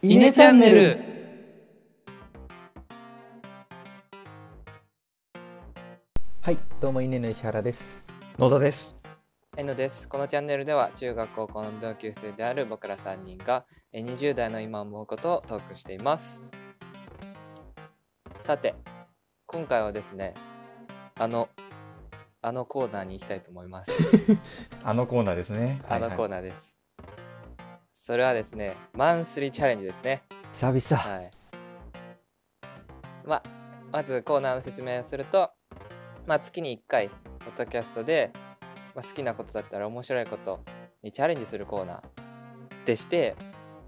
イネチャンネルはい、どうもイネの石原です。野田です。えのですこのチャンネルでは中学高校の同級生である僕ら3人がえ20代の今思うことをトークしていますさて今回はですねあのあのコーナーに行きたいと思いますあのコーナーですね。あのコーー。ナーです、それはですねマンスリーチャレンジですね久々。はい。ままずコーナーの説明をすると、まあ、月に1回ポッドキャストで、まあ、好きなことだったら面白いことにチャレンジするコーナーでして、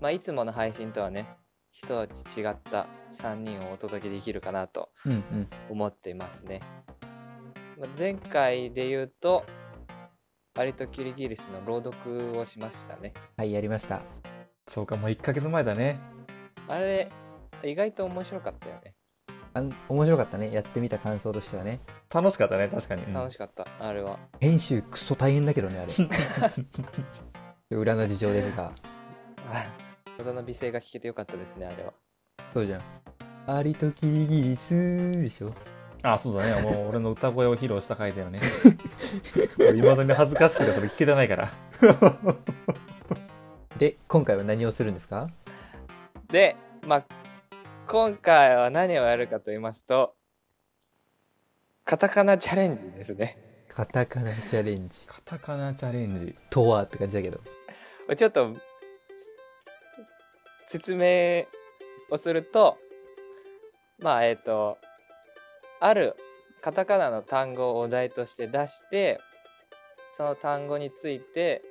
まあ、いつもの配信とはね一味違った3人をお届けできるかなとうんうん。思っていますね。まあ前回で言うと割とキリギリスの朗読をしましたね。はい、やりました。そうか、もう一ヶ月前だね。あれ意外と面白かったよね。あん面白かったね。やってみた感想としてはね。楽しかったね、確かに。うん楽しかった、あれは。編集クソ大変だけどね、あ れ。裏の事情ですが。野田の美声が聞けてよかったですねあれはそうじゃん。アリとキリギリスでしょ。あ、そうだね。もう俺の歌声を披露した回だよ ね。いまだに恥ずかしくてそれ聞けてないから。で、今回は何をするんですかでまあ今回は何をやるかと言いますとカタカナチャレンジですねカタカナチャレンジ。カタカナチャレンジ。とはって感じだけど。ちょっとつ説明をするとまあえっ、とあるカタカナの単語をお題として出してその単語について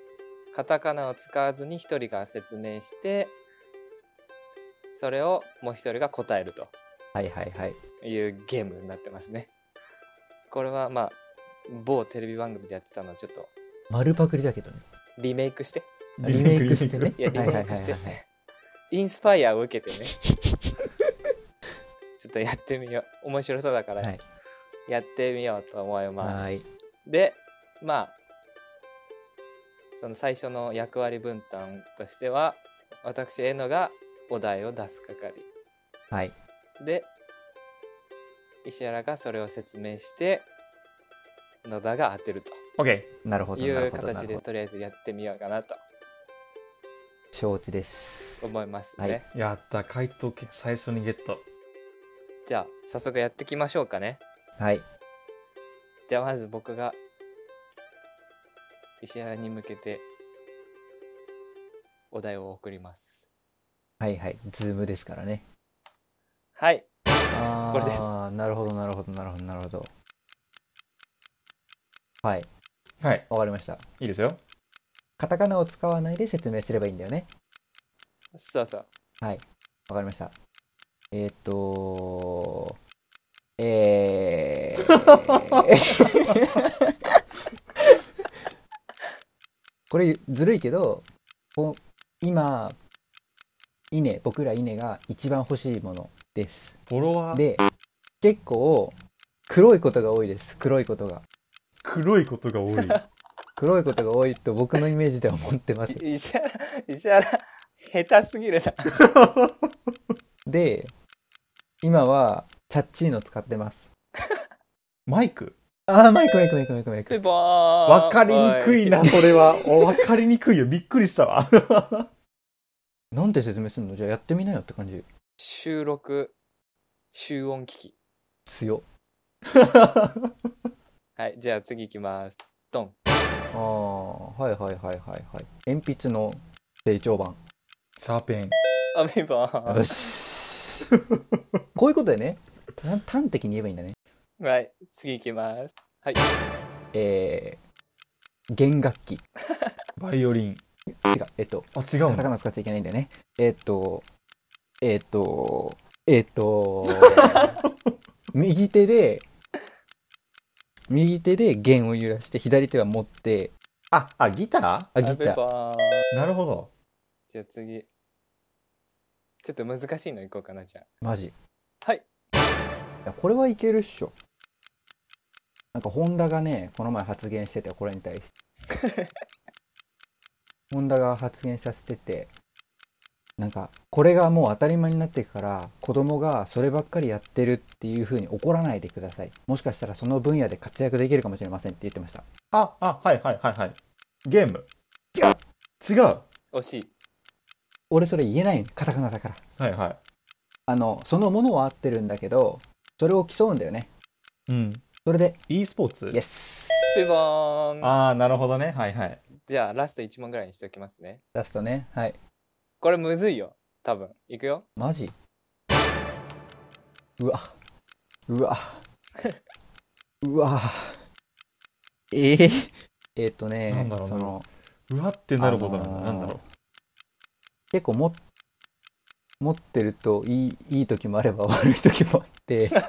カタカナを使わずに一人が説明してそれをもう一人が答えるとはいはいはい。いうゲームになってますね。これはまあ某テレビ番組でやってたのをちょっと丸パクリだ けどね。リメイクしてリメイクしてね。いやリはいメはイいはクいしてはい。インスパイアを受けてねちょっとやってみよう面白そうだかはらいやってみようと思います、はいでまあその最初の役割分担としては私えのがお題を出す係はい。で石原がそれを説明して野田が当てるオッケなるほとど。いなるうほど。な形るでほどとりあえずやってみようかなと承知です。思いますね、はいー。やった、回答権最初にゲット。じゃあ早速やっていきましょうかねはい。ではまず僕が石原に向けてお題を送りますはいはい。ズームですからね。はいあこれですあ、なるほど、なるほど、なるほど、なるほど。はい、はい、わかりました。いいですよ。カタカナを使わないで説明すればいいんだよね。そうそうわかりました。えーっとえー、 これずるいけど、こ今、稲、僕ら稲が一番欲しいものです。フォロワー。で、結構、黒いことが多いです。黒いことが。黒いことが多い。黒いことが多いと僕のイメージでは思ってます。い石原 石原下手すぎるなで、今は、チャッチーノ使ってます。 マイク。あー、マイクマイクマイクマイクマイピク。ンポーンわかりにくいな、それは。おわかりにくいよ。びっくりしたわ。なんて説明すんのじゃあやってみなよって感じ。収録集音機器強。はいじゃあ次いきますドンあー、はいはいはいはいはい。鉛筆の成長版。シャーペン。あピンポーよし。こういうことでね、た端的に言えばいいんだね。ンはい次いきますはいえー、弦楽器。違バイオリン。う、えっと、あ、違うカタカの。ナ使っちゃいけないんだよね。えーっと、えーっと、えーっと、右手で、右手で弦を揺らして、左手は持って、あ、あ、ギタあ、ギタピンポー。ーンーなるほど。じゃあ次ちょっと難しいのいこうかなじゃマジ。いあはいや、これはいけるっしょ。なんか、ホンダがね、この前発言してて、これに対 して。ホンダが発言させてて、なんかこれがもう当たり前になっていくから子供がそればっかりやってるっていう風に怒らないでくださいもしかしたらその分野で活躍できるかもしれませんって言ってましたあ、あ、はいはいはいはい。ゲーム。違う違う惜しい。俺それ言えないのカタカナだからはいはあのそのものは合ってるんだけどそれを競うんだよねい。うん。それで e スポーツイエスピボーンああ、なるほどね。はいはい。じゃあラスト1問ぐらいにしておきますね。ラストねはいこれむずいよ。多分。いくよ。マジうわうわ うわえー、えーっとねなんだろうなそのうわってなることなんだ。あのーなんだろ結構も持ってるといいいい時もあれば 悪い時もあって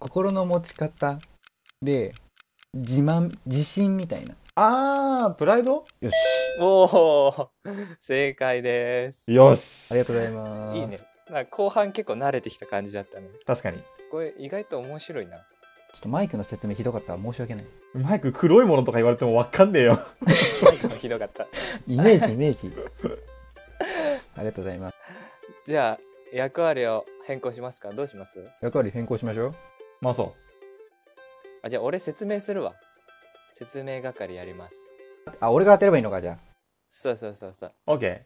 心の持ち方で自慢自信みたいなう。ああ、プライドよしおお正解です。よしありがとうございますいいね。まあ後半結構慣れてきた感じだったね。確かに。これ意外と面白 いな。ちょっとマイクの説明ひどかったら申し訳ないマイク黒いものとか言われてもわかんねえよ。 ひどかった。イメージイメージありがとうございますじゃあ役割を変更しますかどうします役割変更しましょうまあそあじゃあ俺説明するわ。説明係やります。あ俺が当てればいいのかじゃそうそうそうそう。う。OK。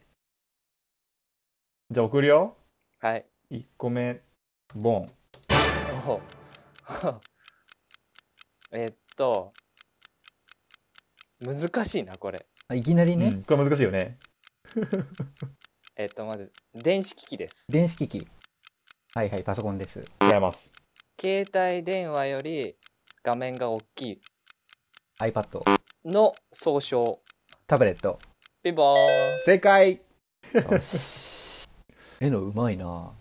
じゃあ送るよ。はい。 1個目、ボン。おう えっと難しいなこれあいきなりね、うんこれ難しいよね。えっとまず電子機器です電子機器はいはいパソコンです違います。携帯電話より画面が大きい iPad の総称タブレットピンポーン正解よし絵のうまいな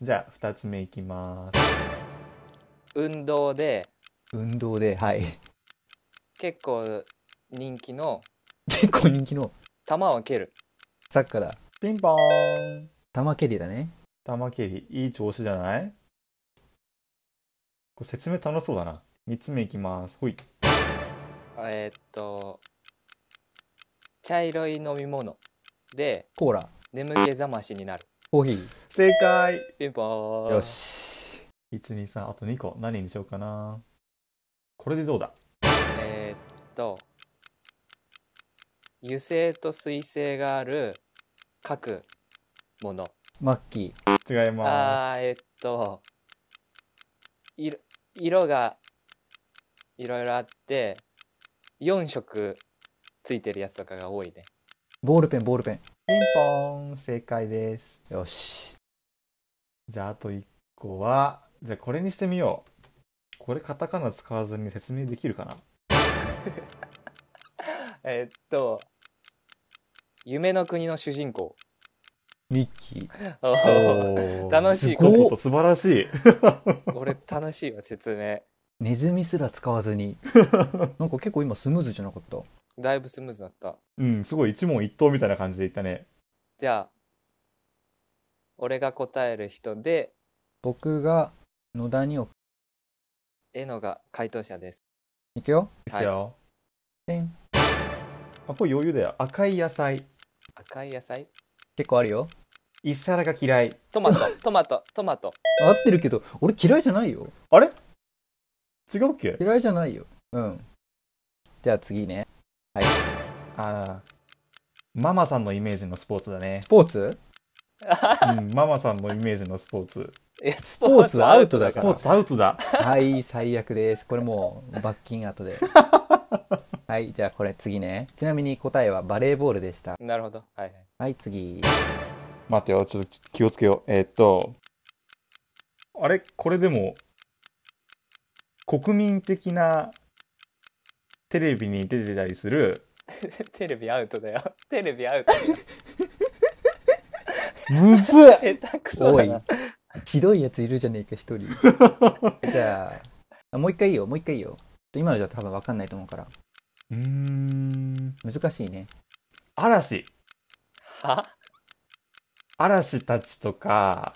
じゃあ、2つ目いきます。運動で運動ではい 結構人気の結構人気の球を蹴るサッカーだピンポーン。玉蹴りだね玉蹴り、いい調子じゃないこれ説明楽しそうだな。3つ目いきます。ほい。えっと茶色い飲み物でコーラ眠気覚ましになるコーヒー正解ピンポーンよし !123、あと2個。何にしようかな。これでどうだえーっと油性と水性がある書くものマッキー違いまあーえーっと色色がいろいろあって4色ついてるやつとかが多いねボールペンボールペンす。ピンポーン。正解です。よしじゃあ、あと1個は、じゃあこれにしてみよう。これカタカナ使わずに説明できるかなえーっと夢の国の主人公ミッキー おー楽しいすごこと素晴らしい。俺楽しいわ説明ネズミすら使わず になんか結構今スムーズじゃなかっただいぶスムーズだったうん、すごい一問一答みたいな感じでいったね。じゃあ俺が答える人で僕が野田に置くえのが回答者ですいくよですよ。てんあ、これ余裕だよ。赤い野菜。赤い野菜結構あるよ石原が嫌い。トマトトマトトマト合ってるけど俺嫌いじゃないよあれ違うっけ嫌いじゃないようんじゃあ次ねああ。ママさんのイメージのスポーツだ ねス。ポーツうん、ママさんのイメージのスポーツ。いやススポーツアウトだスかポーらツアウトだ。はい、最悪です。これもう罰金後 で。はい、じゃあこれ次ね。ちなみに答えはバレーボールでした。なるほどはいはいはい、次。待ってよ、ちょっと気をつけよう。えーっと、あれこれでも、国民的なテレビに出てたりする、テレビアウトだよ テレビアウトむずい下手くそおだいな、ひどいやついるじゃねえか、一人。じゃああ、もう一回いいよ、もう一回いいよ。今のじゃ多分わかんないと思うから。うーん。難しいね。嵐。 は嵐たちとか、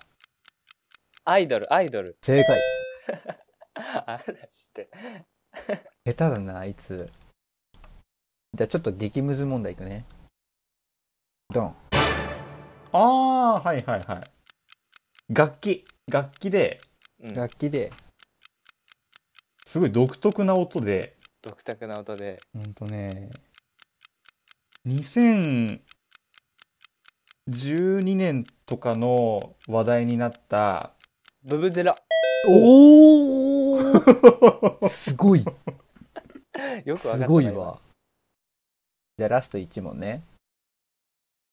アイドルアイドル 正解。あらして下手だな、あいつ。じゃあちょっと激ムズ問題いくね。ドン。ああ、はいはいはい。楽器。楽器で、うん、楽器で、すごい独特な音で、独特な音でほんとね、2012年とかの話題になった、ブブゼラおおすごいよくわかったすなごいわじゃあラスト1問ね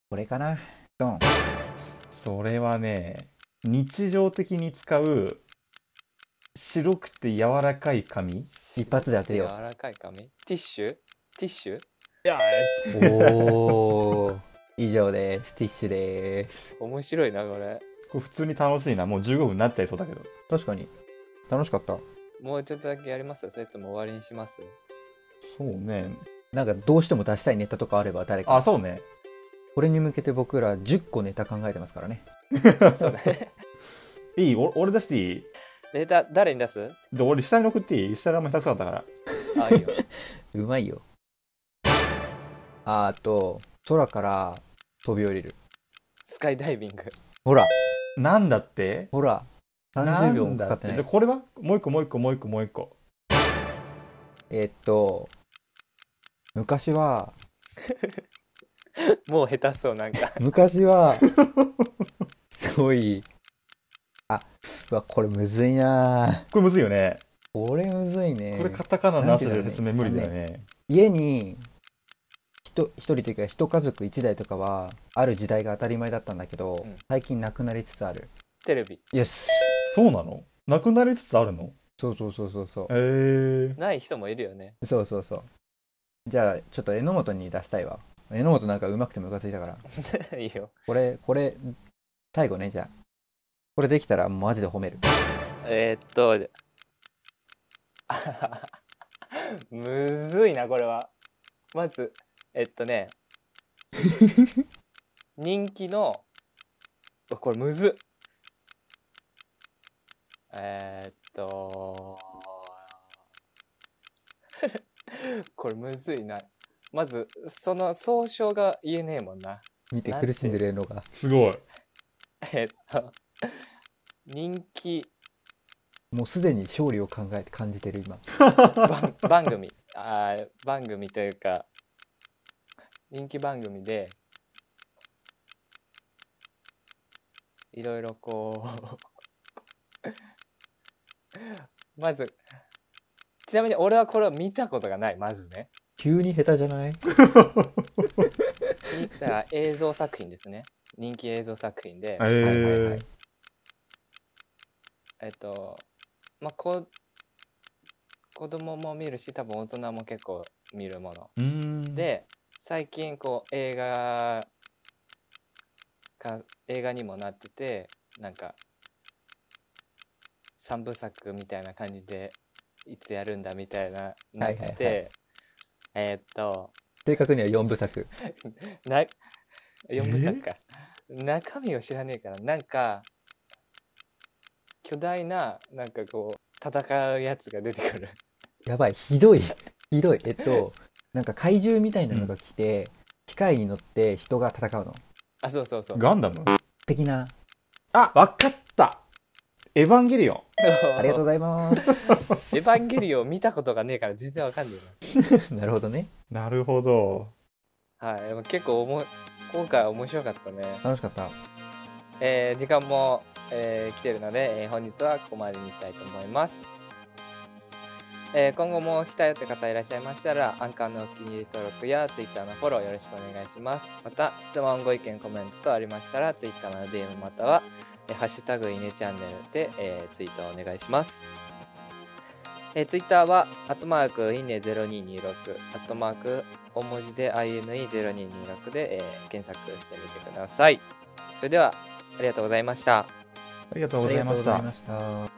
これかなドン それはね、日常的に使う、白くて柔らかい紙一発で当てよう柔らかい紙ティッシュティッシュおー以上ですティッシュです面白いなこれこれ普通に楽しいな。もう15分になっちゃいそうだけど。確かに楽しかったもうちょっとだけやりますそれとも終わりに しますそうね。なんかどうしても出したいネタとかあれば誰あ、かそうね。これに向けて僕ら10個ネタ考えてますからねそうだねいいお俺出していいデータ誰に出すじゃあ俺下に送っていい下にあんま下手くそだったから。あいいようまいよあーと空から飛び降りるスカイダイビングほらなんだってほら30秒もかかってないじゃあこれはもう一個もう一個もう一個もう一個。えっと昔はもう下手そうなんか昔はすごいあうわこれむずいなこれむずいよね。これむずいねこれカタカナなしで説明無理だよね。家に一一人というか一家族一台とかはある時代が当たり前だったんだけど、うん最近なくなりつつあるテレビよしそうなのなくなりつつあるのそうそうそうそうそうへえない人もいるよね そうそうそうじゃあちょっと榎本に出したいわ榎本なんかうまくてムカついたからいいよ。これこれ最後ねじゃあこれできたらマジで褒めるえーっと、 あははむずいな、これは。まず、えっとね、人気の、うわこれむずっ。えーっと、 これむずいな。まず、その総称が言えねえもんな。見てなんて苦しんでるのがすごい。えっと、人気もうすでに勝利を考えて感じてる今番 番組あー番組というか人気番組でいろいろこう まずちなみに俺はこれを見たことがないまずね急に下手じゃない見た映像作品ですね人気映像作品でへはいはいはえいえっとまあこ子供も見るし多分大人も結構見るものうーん。で最近こう映画か映画にもなっててなんか三部作みたいな感じでいつやるんだみたいななって、はいはいはえーっと正確には4部作な4部作か中身を知らねえからなんか巨大ななんかこう戦うやつが出てくるやばいひどい ひどいえっとなんか怪獣みたいなのが来て、機械に乗って人が戦うのあそうそうそうガンダム的なあ、わかったエヴァンゲリオン。ありがとうございます エヴァンゲリオン見たことがねえから全然わかんねえななるほどねなるほど。はい、でも結構おも今回は面白かったね。楽しかったえー時間も、えー来てるので、えー本日はここまでにしたいと思います。えー今後も来たよって方いらっしゃいましたら、アンカーのお気に入り登録や Twitter のフォローよろしくお願いします。また、質問、ご意見、コメント等ありましたら、Twitter の DM または、えーハッシュタグイネチャンネルで、えーツイートをお願いします。えー、Twitter は、アットマーク、イネ0226、アットマーク、大文字で INE0226 で、えー検索してみてください。それでは、ありがとうございました。ありがとうあございました。した